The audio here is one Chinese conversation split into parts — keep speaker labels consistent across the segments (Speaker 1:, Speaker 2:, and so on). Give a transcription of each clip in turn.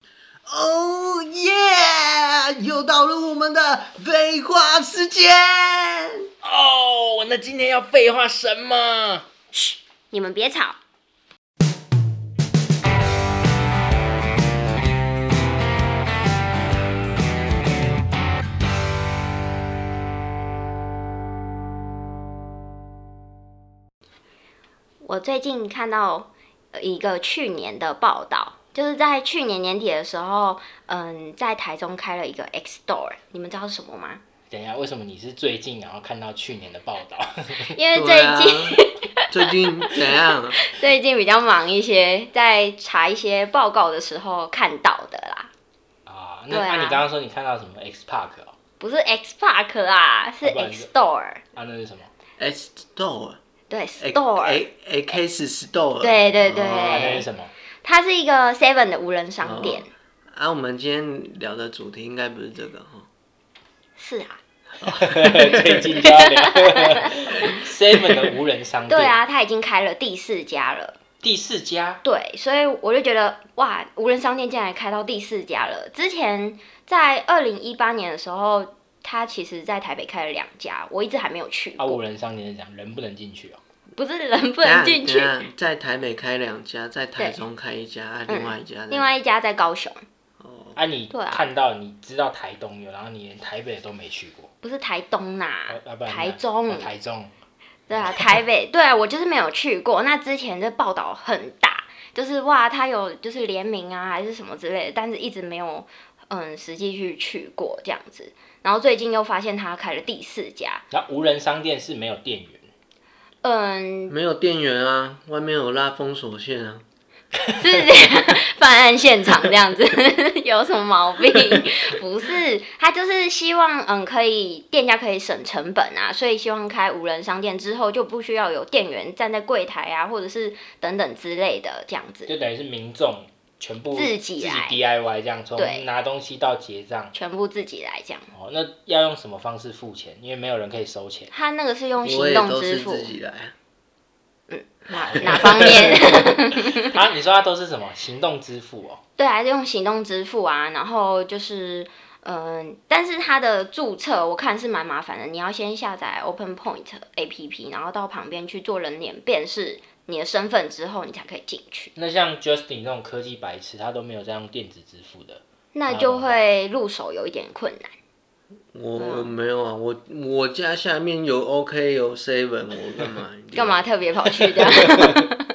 Speaker 1: 家 Oh 又到了我们的废话时间。
Speaker 2: 哦，那今天要废话什么？
Speaker 3: 嘘，你们别吵。我最近看到呃一个去年的报道，就是在去年年底的时候，嗯，在台中开了一个 X Store，你们知道是什么吗？
Speaker 2: 等一下，为什么你是最近然后看到去年的报道？
Speaker 3: 因为最
Speaker 1: 对啊
Speaker 3: 近、
Speaker 1: 最近怎 样？
Speaker 3: 最近比较忙一些，在查一些报告的时候看到的啦，
Speaker 2: 啊，
Speaker 3: 对
Speaker 2: 那
Speaker 3: 啊
Speaker 2: 你刚刚说你看到什么 X Park 哦？
Speaker 3: 不是 X Park 啦，是
Speaker 2: 啊不然是
Speaker 3: X Store，
Speaker 2: 啊，那是什么？
Speaker 1: S store
Speaker 3: 对
Speaker 1: A-
Speaker 3: Store，
Speaker 1: A A X store
Speaker 3: 对对对
Speaker 2: 啊，那
Speaker 1: 哦
Speaker 2: 是什么？
Speaker 3: 它是一个 Seven 的无人商店，
Speaker 1: 啊，我们今天聊的主题应该不是这个哈。
Speaker 3: 是啊，
Speaker 2: 最近就要 聊 Seven 的无人商店，
Speaker 3: 对，啊，它已经开了第四家了。
Speaker 2: 第四家
Speaker 3: 对，所以我就觉得哇，无人商店竟然开到第四家了。之前在二零一八年的时候，它其实在台北开了两家，我一直还没有去
Speaker 2: 啊，
Speaker 3: 过。
Speaker 2: 无人商店是这样，人不能进去哦。
Speaker 3: 不是人不能进去
Speaker 1: 等，一下在台北开两家，在台中开一家，啊、
Speaker 3: 嗯
Speaker 1: 另外一家在哪。
Speaker 3: 另外一家在高雄，
Speaker 1: 哦，
Speaker 2: 啊，你
Speaker 3: 对啊
Speaker 2: 看到你知道台东有，然后你连台北都没去过，
Speaker 3: 不是台东呐、
Speaker 2: 啊啊不然呢
Speaker 3: 台中
Speaker 2: 哦。台中，
Speaker 3: 对啊，台北，对啊，我就是没有去过。那之前这报道很大，就是哇，它有就是联名啊，还是什么之类的，但是一直没有嗯实际去去过这样子。然后最近又发现它开了第四家，
Speaker 2: 然后无人商店是没有店员，
Speaker 3: 嗯，
Speaker 1: 没有电源啊，外面有拉封锁线啊。
Speaker 3: 是 这样，犯案现场这样子， 有什么毛病？不是，他就是希望，嗯，可以店家可以省成本啊，所以希望开无人商店之后就不需要有店员站在柜台啊，或者是等等之类的这样子，
Speaker 2: 就等于是民众全部
Speaker 3: 自己
Speaker 2: 己
Speaker 3: 来
Speaker 2: DIY 这样，从
Speaker 3: 对
Speaker 2: 拿东西到结账。
Speaker 3: 全部自己来这样。
Speaker 2: 哦，那要用什么方式付钱？因为没有人可以收钱。
Speaker 3: 他那个是用
Speaker 1: 我
Speaker 3: 行
Speaker 1: 也
Speaker 3: 动
Speaker 1: 都
Speaker 3: 支
Speaker 1: 是
Speaker 3: 付
Speaker 1: 自，己来。
Speaker 3: 哪哪方面？
Speaker 2: 啊，你说它都是什么行动支付哦？
Speaker 3: 对啊，还是用行动支付啊，然后就是。嗯，但是它的注册我看是蛮麻烦的，你要先下载 Open Point A P P，然后到旁边去做人脸辨识你的身份之后，你才可以进去，
Speaker 2: 那像 Justin 这种科技白痴，他都没有在用电子支付的。
Speaker 3: 那就会入手有一点困难。
Speaker 1: 我
Speaker 3: 对啊
Speaker 1: 我没有啊，我我家下面有 OK 有 Seven，我干 嘛
Speaker 3: 干嘛？特别跑去这样？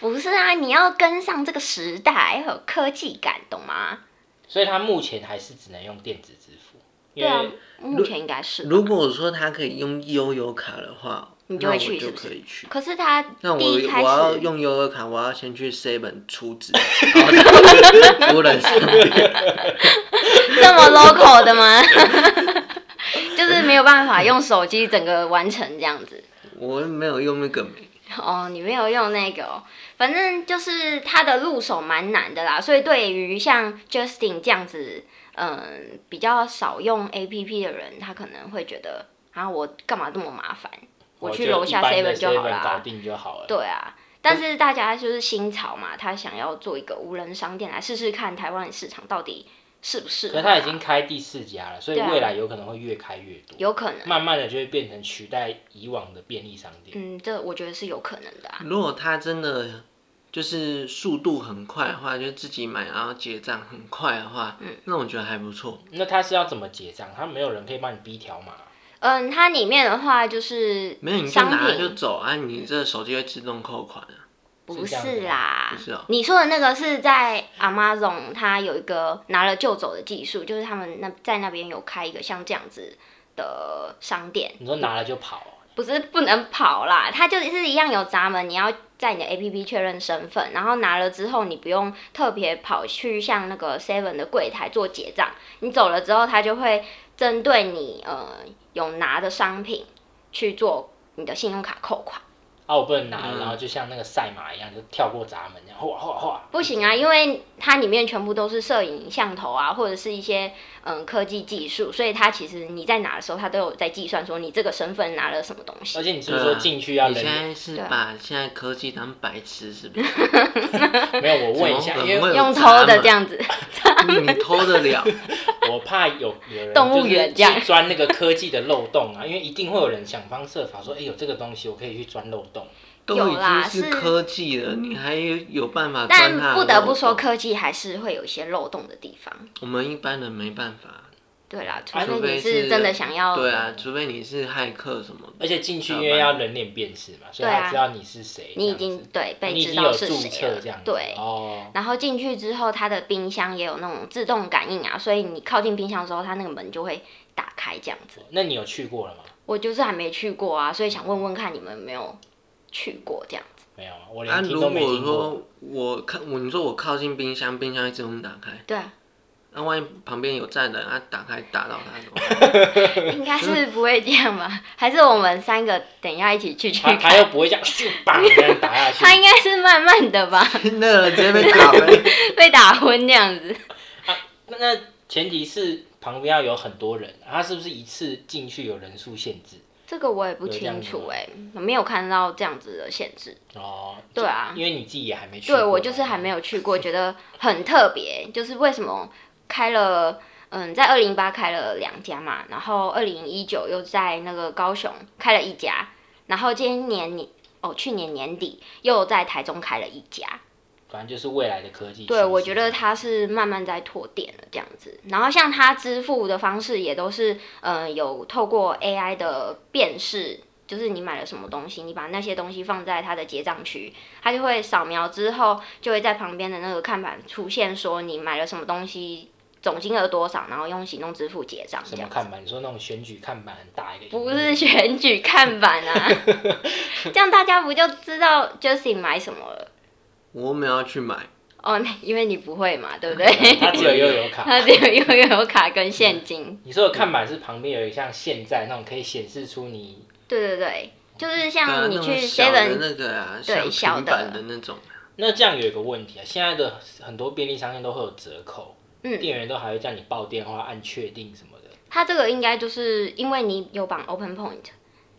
Speaker 3: 不是啊，你要跟上这个时代，要有科技感，懂吗？
Speaker 2: 所以他目前还是只能用电子支付，因
Speaker 3: 对啊
Speaker 2: 为，
Speaker 3: 目前应该是。
Speaker 1: 如果说他可以用悠游卡的话，
Speaker 3: 你就会
Speaker 1: 那我
Speaker 3: 去
Speaker 1: 就是
Speaker 3: 不是
Speaker 1: 可以去。
Speaker 3: 可是它
Speaker 1: 那我
Speaker 3: 第一
Speaker 1: 我
Speaker 3: 开始
Speaker 1: 要用悠游卡，我要先去 Seven 出资，然后再无人 商店。
Speaker 3: 这么 local 的吗？ 就是没有办法用手机整个完成这样子。
Speaker 1: 我没有用那个没，
Speaker 3: 哦，你没有用那个、哦，反正就是它的入手蛮难的啦。所以对于像 Justin 这样子，嗯，比较少用 APP 的人，他可能会觉得啊，我干嘛这么麻烦？我去楼下
Speaker 2: 哦一般的
Speaker 3: 7-Eleven 就好
Speaker 2: 7-Eleven 搞
Speaker 3: 啦。
Speaker 2: 定就好了。
Speaker 3: 对啊，但是大家就是新潮嘛，他想要做一个无人商店来试试看台湾市场到底适不适
Speaker 2: 可
Speaker 3: 合啊。
Speaker 2: 是他已经开第四家了，所以
Speaker 3: 对啊
Speaker 2: 未来有可能会越开越多，
Speaker 3: 有可能，
Speaker 2: 慢慢的就会变成取代以往的便利商店。
Speaker 3: 嗯，这我觉得是有可能的啊。
Speaker 1: 如果他真的就是速度很快的话，就自己买然后结账很快的话，
Speaker 3: 嗯
Speaker 1: 那我觉得还不错。
Speaker 2: 那他是要怎么结账？他没有人可以帮你逼条码。
Speaker 3: 嗯，它里面的话就是
Speaker 1: 没有你就
Speaker 3: 商
Speaker 1: 拿就
Speaker 3: 品，
Speaker 1: 走啊，你这手机会自动扣款啊。
Speaker 3: 不
Speaker 2: 是这样子
Speaker 3: 是
Speaker 2: 吗
Speaker 3: 啦
Speaker 1: 不。是哦
Speaker 3: 你说的那个是在 Amazon，它有一个拿了就走的技术，就是他们那在那边有开一个像这样子的商店，
Speaker 2: 你说拿了就跑哦、
Speaker 3: 不是不能跑啦，它就是一样有闸门，你要在你的 APP 确认身份，然后拿了之后你不用特别跑去像那个 Seven 的柜台做结账，你走了之后，它就会针对你呃有拿的商品去做你的信用卡扣款。
Speaker 2: 啊，我不能拿了，
Speaker 1: 嗯
Speaker 2: 然后就像那个赛马一样，就跳过闸门，然后哗哗哗。
Speaker 3: 不行
Speaker 1: 嗯
Speaker 3: 啊，因为它里面全部都是摄影、像头啊，或者是一些嗯科技技术，所以它其实你在拿的时候，它都有在计算说你这个身份拿了什么东西。
Speaker 2: 而且你是不是说进去要
Speaker 1: 啊你
Speaker 2: 人
Speaker 1: 现
Speaker 2: 脸？
Speaker 1: 在是
Speaker 3: 对啊
Speaker 1: 把现在科技当白痴是不是？
Speaker 2: 没有，我问一下，
Speaker 1: 怎么
Speaker 2: 因为
Speaker 1: 会有
Speaker 3: 用
Speaker 1: 闸
Speaker 3: 偷的
Speaker 1: 门
Speaker 3: 这样子，
Speaker 1: 你偷得了？
Speaker 2: 我怕有有人
Speaker 3: 动物
Speaker 2: 就是
Speaker 3: 园这样
Speaker 2: 去钻那个科技的漏洞啊，因为一定会有人想方设法说，哎、有这个东西我可以去钻漏洞。
Speaker 3: 有
Speaker 1: 都已
Speaker 3: 啦
Speaker 1: 经是
Speaker 3: 是嗯
Speaker 1: 科技了，你还有办法钻它的
Speaker 3: 但不得
Speaker 1: 漏
Speaker 3: 不说，
Speaker 1: 洞
Speaker 3: 科技还是会有一些漏洞的地方。
Speaker 1: 我们一般人没办法。
Speaker 3: 对啦，除
Speaker 2: 啊
Speaker 3: 非
Speaker 1: 除
Speaker 3: 你
Speaker 1: 非
Speaker 3: 是
Speaker 1: 是
Speaker 3: 真的想要，
Speaker 1: 对啊，除非你是骇客什么的。啊
Speaker 2: 而且进去因为要人脸辨识嘛，所以
Speaker 3: 对啊
Speaker 2: 他知道你是谁，
Speaker 3: 你已
Speaker 2: 这样
Speaker 3: 经
Speaker 2: 子
Speaker 3: 对被
Speaker 2: 你已
Speaker 3: 知
Speaker 2: 经
Speaker 3: 道
Speaker 2: 有
Speaker 3: 是
Speaker 2: 注
Speaker 3: 谁
Speaker 2: 册
Speaker 3: 了
Speaker 2: 这样，子。
Speaker 3: 对。
Speaker 2: 哦，
Speaker 3: 然后进去之后，它的冰箱也有那种自动感应啊，所以你靠近冰箱的时候，它那个门就会打开这样子。
Speaker 2: 那你有去过了吗？
Speaker 3: 我就是还没去过啊，所以想问问看你们有没有去过 这样。
Speaker 2: 没有，我
Speaker 1: 啊，
Speaker 2: 连听
Speaker 1: 如
Speaker 2: 都没
Speaker 1: 果
Speaker 2: 听过。
Speaker 1: 说我看我你说我靠近冰箱，冰箱会自动打开，
Speaker 3: 对啊，
Speaker 1: 那、万一旁边有站人，啊打开打到他怎么办？
Speaker 3: 应该是不会这样吧？ 还是我们三个等一下一起去去
Speaker 2: 他
Speaker 3: 看？
Speaker 2: 他又不会这样咻把这样 打下去
Speaker 3: 他应该是慢慢的吧，
Speaker 1: 那个人直接被打飞。
Speaker 3: 被打昏这样子。
Speaker 2: 那那前提是旁边要有很多人，他是不是一次进去有人数限制？
Speaker 3: 这个我也不
Speaker 2: 有这样
Speaker 3: 清
Speaker 2: 子
Speaker 3: 楚
Speaker 2: 吗
Speaker 3: 哎、我没有看到这样子的限制。
Speaker 2: 哦，
Speaker 3: 对啊
Speaker 2: 因为你自己也还没去过嘛。
Speaker 3: 对我就是还没有去过，觉得很特别。就是为什么开了，嗯，在二零一八开了两家嘛，然后二零一九又在那个高雄开了一家，然后今年年哦去年年底又在台中开了一家。
Speaker 2: 反正就是未来的科技趋势。
Speaker 3: 对，我觉得它是慢慢在拓店了这样子。然后像它支付的方式也都是，呃，有透过 AI 的辨识，就是你买了什么东西，你把那些东西放在它的结账区，它就会扫描之后，就会在旁边的那个看板出现说你买了什么东西，总金额多少，然后用行动支付结账这
Speaker 2: 什么
Speaker 3: 样。
Speaker 2: 看板？你说那种选举看板很大一个荧幕，
Speaker 3: 不是选举看板 啊，这样大家不就知道 Justin 买什么了？
Speaker 1: 我没有要去买，
Speaker 3: 哦，那因为你不会嘛，对不对？
Speaker 2: 它啊只有悠游卡。
Speaker 3: 它只有悠游卡跟现金。
Speaker 2: 你说的看板是旁边有一像现在那种可以显示出你
Speaker 3: 对对对，就是
Speaker 1: 对啊
Speaker 3: 像你
Speaker 1: 那
Speaker 3: 去
Speaker 1: 种小的
Speaker 3: Seven，
Speaker 1: 那个啊，
Speaker 3: 对
Speaker 1: 像
Speaker 3: 小
Speaker 1: 平板
Speaker 3: 的
Speaker 1: 的那种，
Speaker 2: 那这样有一个问题啊，现在的很多便利商店都会有折扣，
Speaker 3: 嗯，
Speaker 2: 店员都还会叫你报电话按确定什么的。
Speaker 3: 它这个应该就是因为你有绑 Open Point，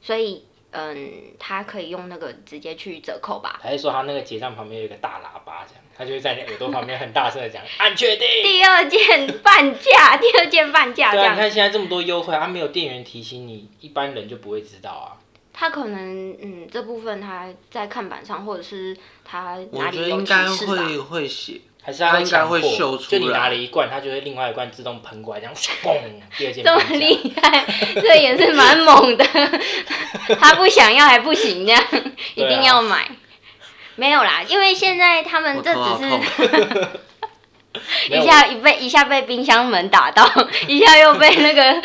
Speaker 3: 所以嗯，它可以用那个直接去折扣吧。
Speaker 2: 还是说他那个结账旁边有一个大喇叭，这样他就会在你耳朵旁边很大声的讲按确定。
Speaker 3: 第 二件半价，第二件半价
Speaker 2: 对
Speaker 3: 这
Speaker 2: 啊，
Speaker 3: 样，
Speaker 2: 你看现在这么多优惠，他没有店员提醒你，一般人就不会知道啊。
Speaker 3: 它可能嗯这部分它在看板上或者是它
Speaker 1: 我
Speaker 3: 哪
Speaker 1: 觉得
Speaker 3: 里有
Speaker 1: 应
Speaker 3: 提
Speaker 1: 该
Speaker 3: 示吧。
Speaker 1: 会会 写，
Speaker 2: 还是他
Speaker 1: 他应该会
Speaker 2: 强迫
Speaker 1: 秀出
Speaker 2: 就
Speaker 1: 来
Speaker 2: 你拿了一罐，他就会另外一罐自动喷过来，这样嘣，第 二件
Speaker 3: 这么
Speaker 2: 喷下
Speaker 3: 厉害，这也是蛮猛的。他不想要还不行，这样
Speaker 2: 啊
Speaker 3: 一定要买。没有啦，因为现在他们
Speaker 1: 我
Speaker 3: 这
Speaker 1: 头好
Speaker 3: 只
Speaker 1: 痛
Speaker 3: 是。
Speaker 2: 没有
Speaker 3: 一下被一下被冰箱门打 到，一下又被那个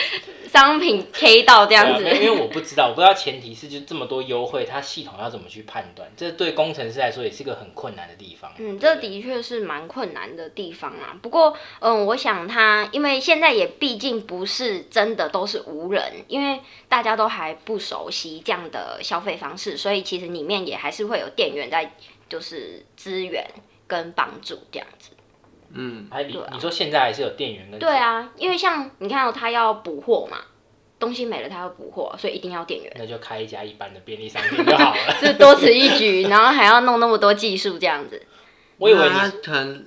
Speaker 3: 商品 K 到这
Speaker 2: 对啊
Speaker 3: 样
Speaker 2: 没有
Speaker 3: 子。
Speaker 2: 因为我不知道，我不知道前提是就这么多优惠，它系统要怎么去判断？这对工程师来说也是一个很困难的地方。
Speaker 3: 嗯，
Speaker 2: 对
Speaker 3: 这
Speaker 2: 不对
Speaker 3: 的确是蛮困难的地方啊。不过，嗯，我想它，因为现在也毕竟不是真的都是无人，因为大家都还不熟悉这样的消费方式，所以其实里面也还是会有店员在，就是支援跟帮助这样子。
Speaker 1: 嗯，
Speaker 2: 还你
Speaker 3: 对啊
Speaker 2: 你说现在还是有店员跟
Speaker 3: 对啊，因为像你看到、他要补货嘛，东西没了他要补货，所以一定要店员。
Speaker 2: 那就开一家一般的便利商店就好了。
Speaker 3: 是多此一举，然后还要弄那么多技术这样子。
Speaker 2: 我以为
Speaker 1: 那
Speaker 2: 你
Speaker 1: 他
Speaker 2: 是
Speaker 1: 可能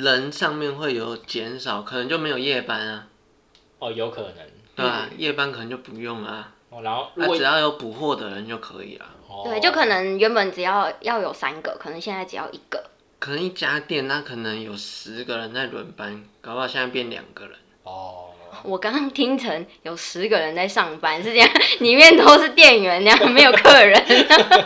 Speaker 1: 人上面会有减少，可能就没有夜班啊，
Speaker 2: 哦，有可能
Speaker 1: 对吧、
Speaker 3: 嗯
Speaker 1: 夜班可能就不用啊，
Speaker 2: 哦。然后如
Speaker 1: 那
Speaker 2: 果
Speaker 1: 只要有补货的人就可以啊。
Speaker 2: 哦
Speaker 3: 对，就可能原本只要要有三个，可能现在只要一个。
Speaker 1: 可能一家店，那可能有十个人在轮班，搞不好现在变两个人。
Speaker 2: 哦，
Speaker 3: 我刚刚听成有十个人在上班，是这样， 里面都是店员，这样没有客 人。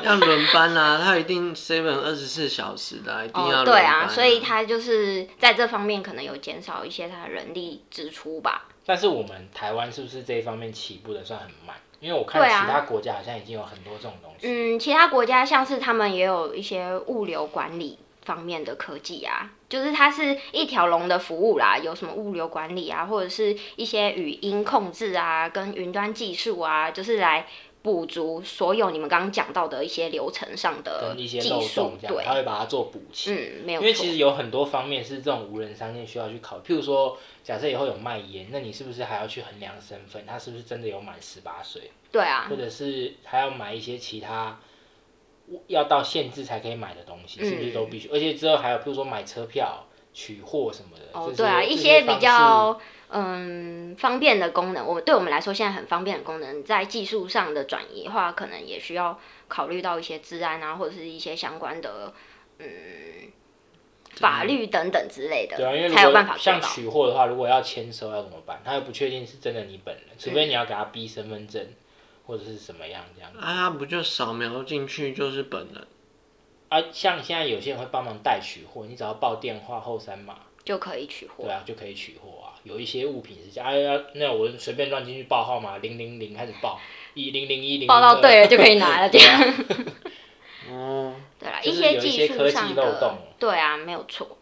Speaker 1: 要轮班啊，他一定 seven 二十四小时的啊、一定要轮
Speaker 3: 哦，对
Speaker 1: 班、
Speaker 3: 啊，所以他就是在这方面可能有减少一些他的人力支出吧。
Speaker 2: 但是我们台湾是不是这一方面起步的算很慢？因为我看
Speaker 3: 对啊
Speaker 2: 其他国家好像已经有很多这种东西。
Speaker 3: 嗯，其他国家像是他们也有一些物流管理方面的科技啊，就是它是一条龙的服务啦，有什么物流管理啊，或者是一些语音控制啊，跟云端技术啊，就是来补足所有你们刚刚讲到的一些流程上的
Speaker 2: 跟一些
Speaker 3: 嗯技
Speaker 2: 漏
Speaker 3: 术
Speaker 2: 洞，这样，
Speaker 3: 对
Speaker 2: 他，会把它做补齐。
Speaker 3: 嗯，没有
Speaker 2: 因为
Speaker 3: 错
Speaker 2: 其。实有很多方面是这种无人商店需要去考，譬如说，假设以后有卖烟，那你是不是还要去衡量身份，他是不是真的有满十八岁，
Speaker 3: 对啊
Speaker 2: 或，者是还要买一些其他要到限制才可以买的东西，
Speaker 3: 嗯
Speaker 2: 是不是都必须？而且之后还有譬如说买车票、取货什么的。
Speaker 3: 哦
Speaker 2: 这，些
Speaker 3: 对啊，
Speaker 2: 这
Speaker 3: 一
Speaker 2: 些
Speaker 3: 些
Speaker 2: 方
Speaker 3: 比
Speaker 2: 式
Speaker 3: 较嗯方便的功能，我们对我们来说现在很方便的功能，在技术上的转移的话，可能也需要考虑到一些治安啊，或者是一些相关的嗯
Speaker 1: 啊
Speaker 3: 法律等等之类的，
Speaker 2: 对啊，因为如
Speaker 3: 才有办
Speaker 2: 果
Speaker 3: 法做
Speaker 2: 像
Speaker 3: 到。
Speaker 2: 取货的话，如果要签收要怎么办？他又不确定是真的你本人，除非你要给他逼身份证或者是什么样这样。
Speaker 1: 啊，他不就扫描进去就是本人？
Speaker 2: 啊，像现在有些人会帮忙代取货，你只要报电话后三码，
Speaker 3: 就可以取货
Speaker 2: 对。啊，就可以取货啊。有一些物品是这样，哎呀，那我随便乱进去报号码，零零零开始报，一零零一零，
Speaker 3: 报到对了啊就可以拿了，这样。
Speaker 1: 哦，
Speaker 3: 对啦，
Speaker 2: 就
Speaker 3: 一
Speaker 2: 是有一
Speaker 3: 技
Speaker 2: 些
Speaker 3: 术
Speaker 2: 科技
Speaker 3: 上
Speaker 2: 漏
Speaker 3: 的
Speaker 2: 洞，
Speaker 3: 对啊，没有错。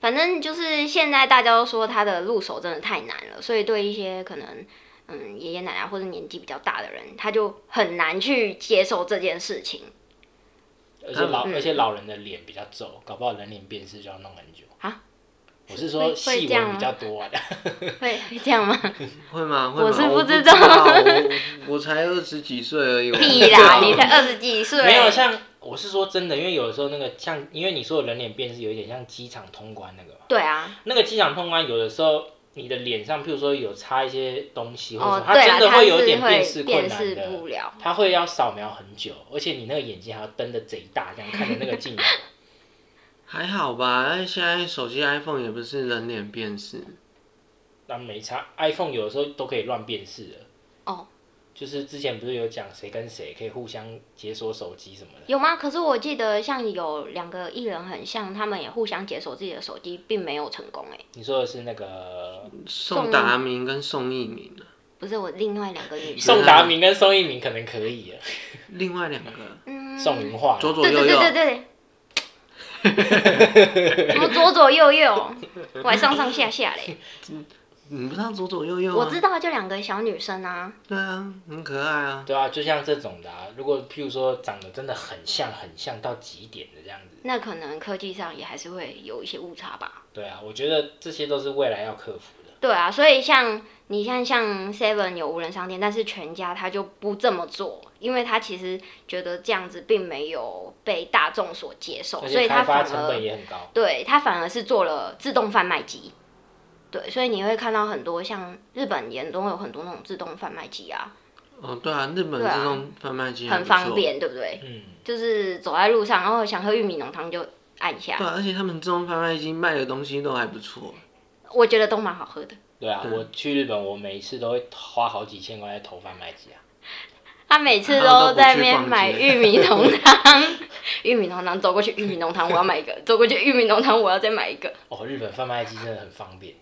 Speaker 3: 反正就是现在大家都说他的入手真的太难了，所以对一些可能嗯爷爷奶奶或者年纪比较大的人，他就很难去接受这件事 情
Speaker 2: 而且老、
Speaker 3: 嗯
Speaker 2: 而且老人的脸比较皱，搞不好人脸辨识就要弄很久
Speaker 3: 啊。
Speaker 2: 我是
Speaker 3: 会
Speaker 2: 说
Speaker 3: 会
Speaker 2: 细
Speaker 3: 这样
Speaker 2: 纹
Speaker 3: 吗
Speaker 2: 比较多啊，
Speaker 3: 会会这样吗？
Speaker 1: 会吗？会吗？哦
Speaker 3: 我
Speaker 1: 我
Speaker 3: 是不
Speaker 1: 不
Speaker 3: 知道
Speaker 1: 道，我我 才二十几岁而已。啊我
Speaker 3: 屁啦，你才二十几岁，
Speaker 2: 啊没有像我是说真的，因为有的时候那个像，因为你说的人脸辨识有一点像机场通关那个嘛，
Speaker 3: 对啊，
Speaker 2: 那个机场通关有的时候你的脸上，譬如说有插一些东西或者什
Speaker 3: 哦
Speaker 2: 么，，它
Speaker 3: 对
Speaker 2: 真
Speaker 3: 啦，
Speaker 2: 的
Speaker 3: 他
Speaker 2: 会
Speaker 3: 是
Speaker 2: 有点辨识
Speaker 3: 会
Speaker 2: 困
Speaker 3: 辨
Speaker 2: 难
Speaker 3: 识
Speaker 2: 的，
Speaker 3: 不了，
Speaker 2: 它会要扫描很久，而且你那个眼睛还要瞪得贼大，这样看着那个镜头。
Speaker 1: 还好吧？哎现在手机 iPhone 也不是人脸辨识，
Speaker 2: 那没差，iPhone 有的时候都可以乱辨识的。
Speaker 3: 哦。
Speaker 2: 就是之前不是有讲谁跟谁可以互相解锁手机什么的，
Speaker 3: 有吗？可是我记得像有两个艺人很像，他们也互相解锁自己的手机，并没有成功哎、
Speaker 2: 你说的是那个
Speaker 1: 宋达明跟宋逸民啊，
Speaker 3: 不是我另外两个女生，
Speaker 2: 宋达明跟宋一鸣可能可以啊，
Speaker 1: 另外两个
Speaker 3: 嗯，
Speaker 2: 宋云化
Speaker 1: 左左
Speaker 3: 对
Speaker 1: 右
Speaker 3: 对
Speaker 1: 右，
Speaker 3: 对对对， 什么左左右右，我还上上下下嘞。
Speaker 1: 你不知道左左右右
Speaker 3: 我
Speaker 1: 啊？
Speaker 3: 知道就两个小女生啊，
Speaker 1: 对啊，很可爱啊。
Speaker 2: 对啊，就像这种的啊，如果譬如说长得真的很像很像到极点的这样子，
Speaker 3: 那可能科技上也还是会有一些误差吧。
Speaker 2: 对啊，我觉得这些都是未来要克服的。
Speaker 3: 对啊，所以像你看，像 Seven 有无人商店，但是全家他就不这么做，因为他其实觉得这样子并没有被大众所接受，
Speaker 2: 而
Speaker 3: 哦所
Speaker 2: 且
Speaker 3: 以他
Speaker 2: 开发
Speaker 3: 反
Speaker 2: 成
Speaker 3: 而
Speaker 2: 本也很高，
Speaker 3: 对他反而是做了自动贩卖机。对，所以你会看到很多像日本也都有很多那种自动贩卖机啊，
Speaker 1: 哦，对啊，日本
Speaker 3: 对啊
Speaker 1: 这种贩卖机还
Speaker 3: 很
Speaker 1: 不
Speaker 3: 方
Speaker 1: 错。
Speaker 3: 便，对不对？
Speaker 2: 嗯，
Speaker 3: 就是走在路上，然后想喝玉米浓汤就按一下，
Speaker 1: 对啊，而且他们这种贩卖机卖的东西都还不错。
Speaker 3: 我觉得都蛮好喝的。
Speaker 2: 对啊，我去日本，我每一次都会花好几千块在投贩卖机啊，
Speaker 3: 他每次
Speaker 1: 然后都
Speaker 3: 都
Speaker 1: 不
Speaker 3: 在
Speaker 1: 去
Speaker 3: 那边
Speaker 1: 逛街
Speaker 3: 买玉米浓汤， 玉米浓汤走过去，玉米浓汤我要买一个，走过去玉米浓汤我要再买一 个。
Speaker 2: 哦，日本贩卖机真的很方便，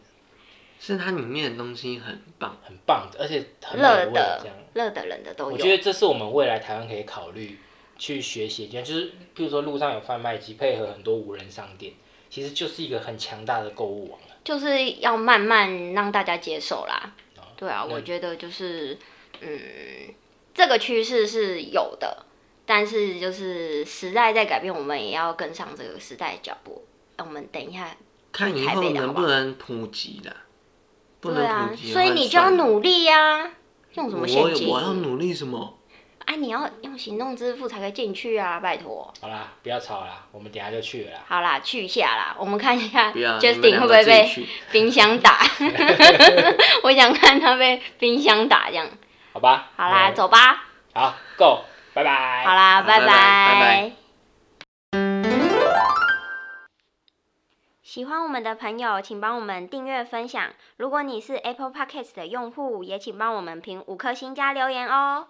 Speaker 1: 是它里面的东西很棒，
Speaker 2: 很棒的，而且很美
Speaker 3: 热
Speaker 2: 味
Speaker 3: 的
Speaker 2: 这样。、
Speaker 3: 热的、冷的都
Speaker 2: 我
Speaker 3: 有。
Speaker 2: 觉得这是我们未来台湾可以考虑去学习的地方，就是譬如说路上有贩卖机，配合很多无人商店，其实就是一个很强大的购物网了。
Speaker 3: 就是要慢慢让大家接受啦。
Speaker 2: 啊
Speaker 3: 对啊，
Speaker 2: 那
Speaker 3: 我觉得就是，嗯，这个趋势是有的，但是就是时代在改变，我们也要跟上这个时代的脚步。那我们等一下，
Speaker 1: 看以
Speaker 3: 台北
Speaker 1: 后
Speaker 3: 的好
Speaker 1: 能
Speaker 3: 不
Speaker 1: 不
Speaker 3: 好
Speaker 1: 能普及啦？不
Speaker 3: 对
Speaker 1: 能
Speaker 3: 啊
Speaker 1: 普，及的
Speaker 3: 所
Speaker 1: 话，
Speaker 3: 以你就要
Speaker 1: 算了
Speaker 3: 努力呀、用什么
Speaker 1: 我
Speaker 3: 现
Speaker 1: 有
Speaker 3: 金？
Speaker 1: 我要努力什么？
Speaker 3: 啊，你要用行动支付才可以进去啊，拜托。
Speaker 2: 好啦，不要吵啦，我们等一下就去了啦。
Speaker 3: 好啦，去一下啦，我们看一下
Speaker 1: 不要，你们
Speaker 3: Justin
Speaker 1: 两
Speaker 3: 会不
Speaker 1: 个
Speaker 3: 会
Speaker 1: 自己
Speaker 3: 被
Speaker 1: 去。
Speaker 3: 冰箱打， 我想看他被冰箱打这样。
Speaker 2: 好吧，
Speaker 3: 好啦，
Speaker 2: 嗯
Speaker 3: 走吧。
Speaker 2: 好，Go，拜拜。
Speaker 3: 好啦，
Speaker 1: 哎好
Speaker 3: 拜
Speaker 1: 拜拜拜拜
Speaker 3: 喜欢我们的朋友，请帮我们订阅分享。如果你是 Apple Podcast 的用户，也请帮我们评五颗星加留言哦。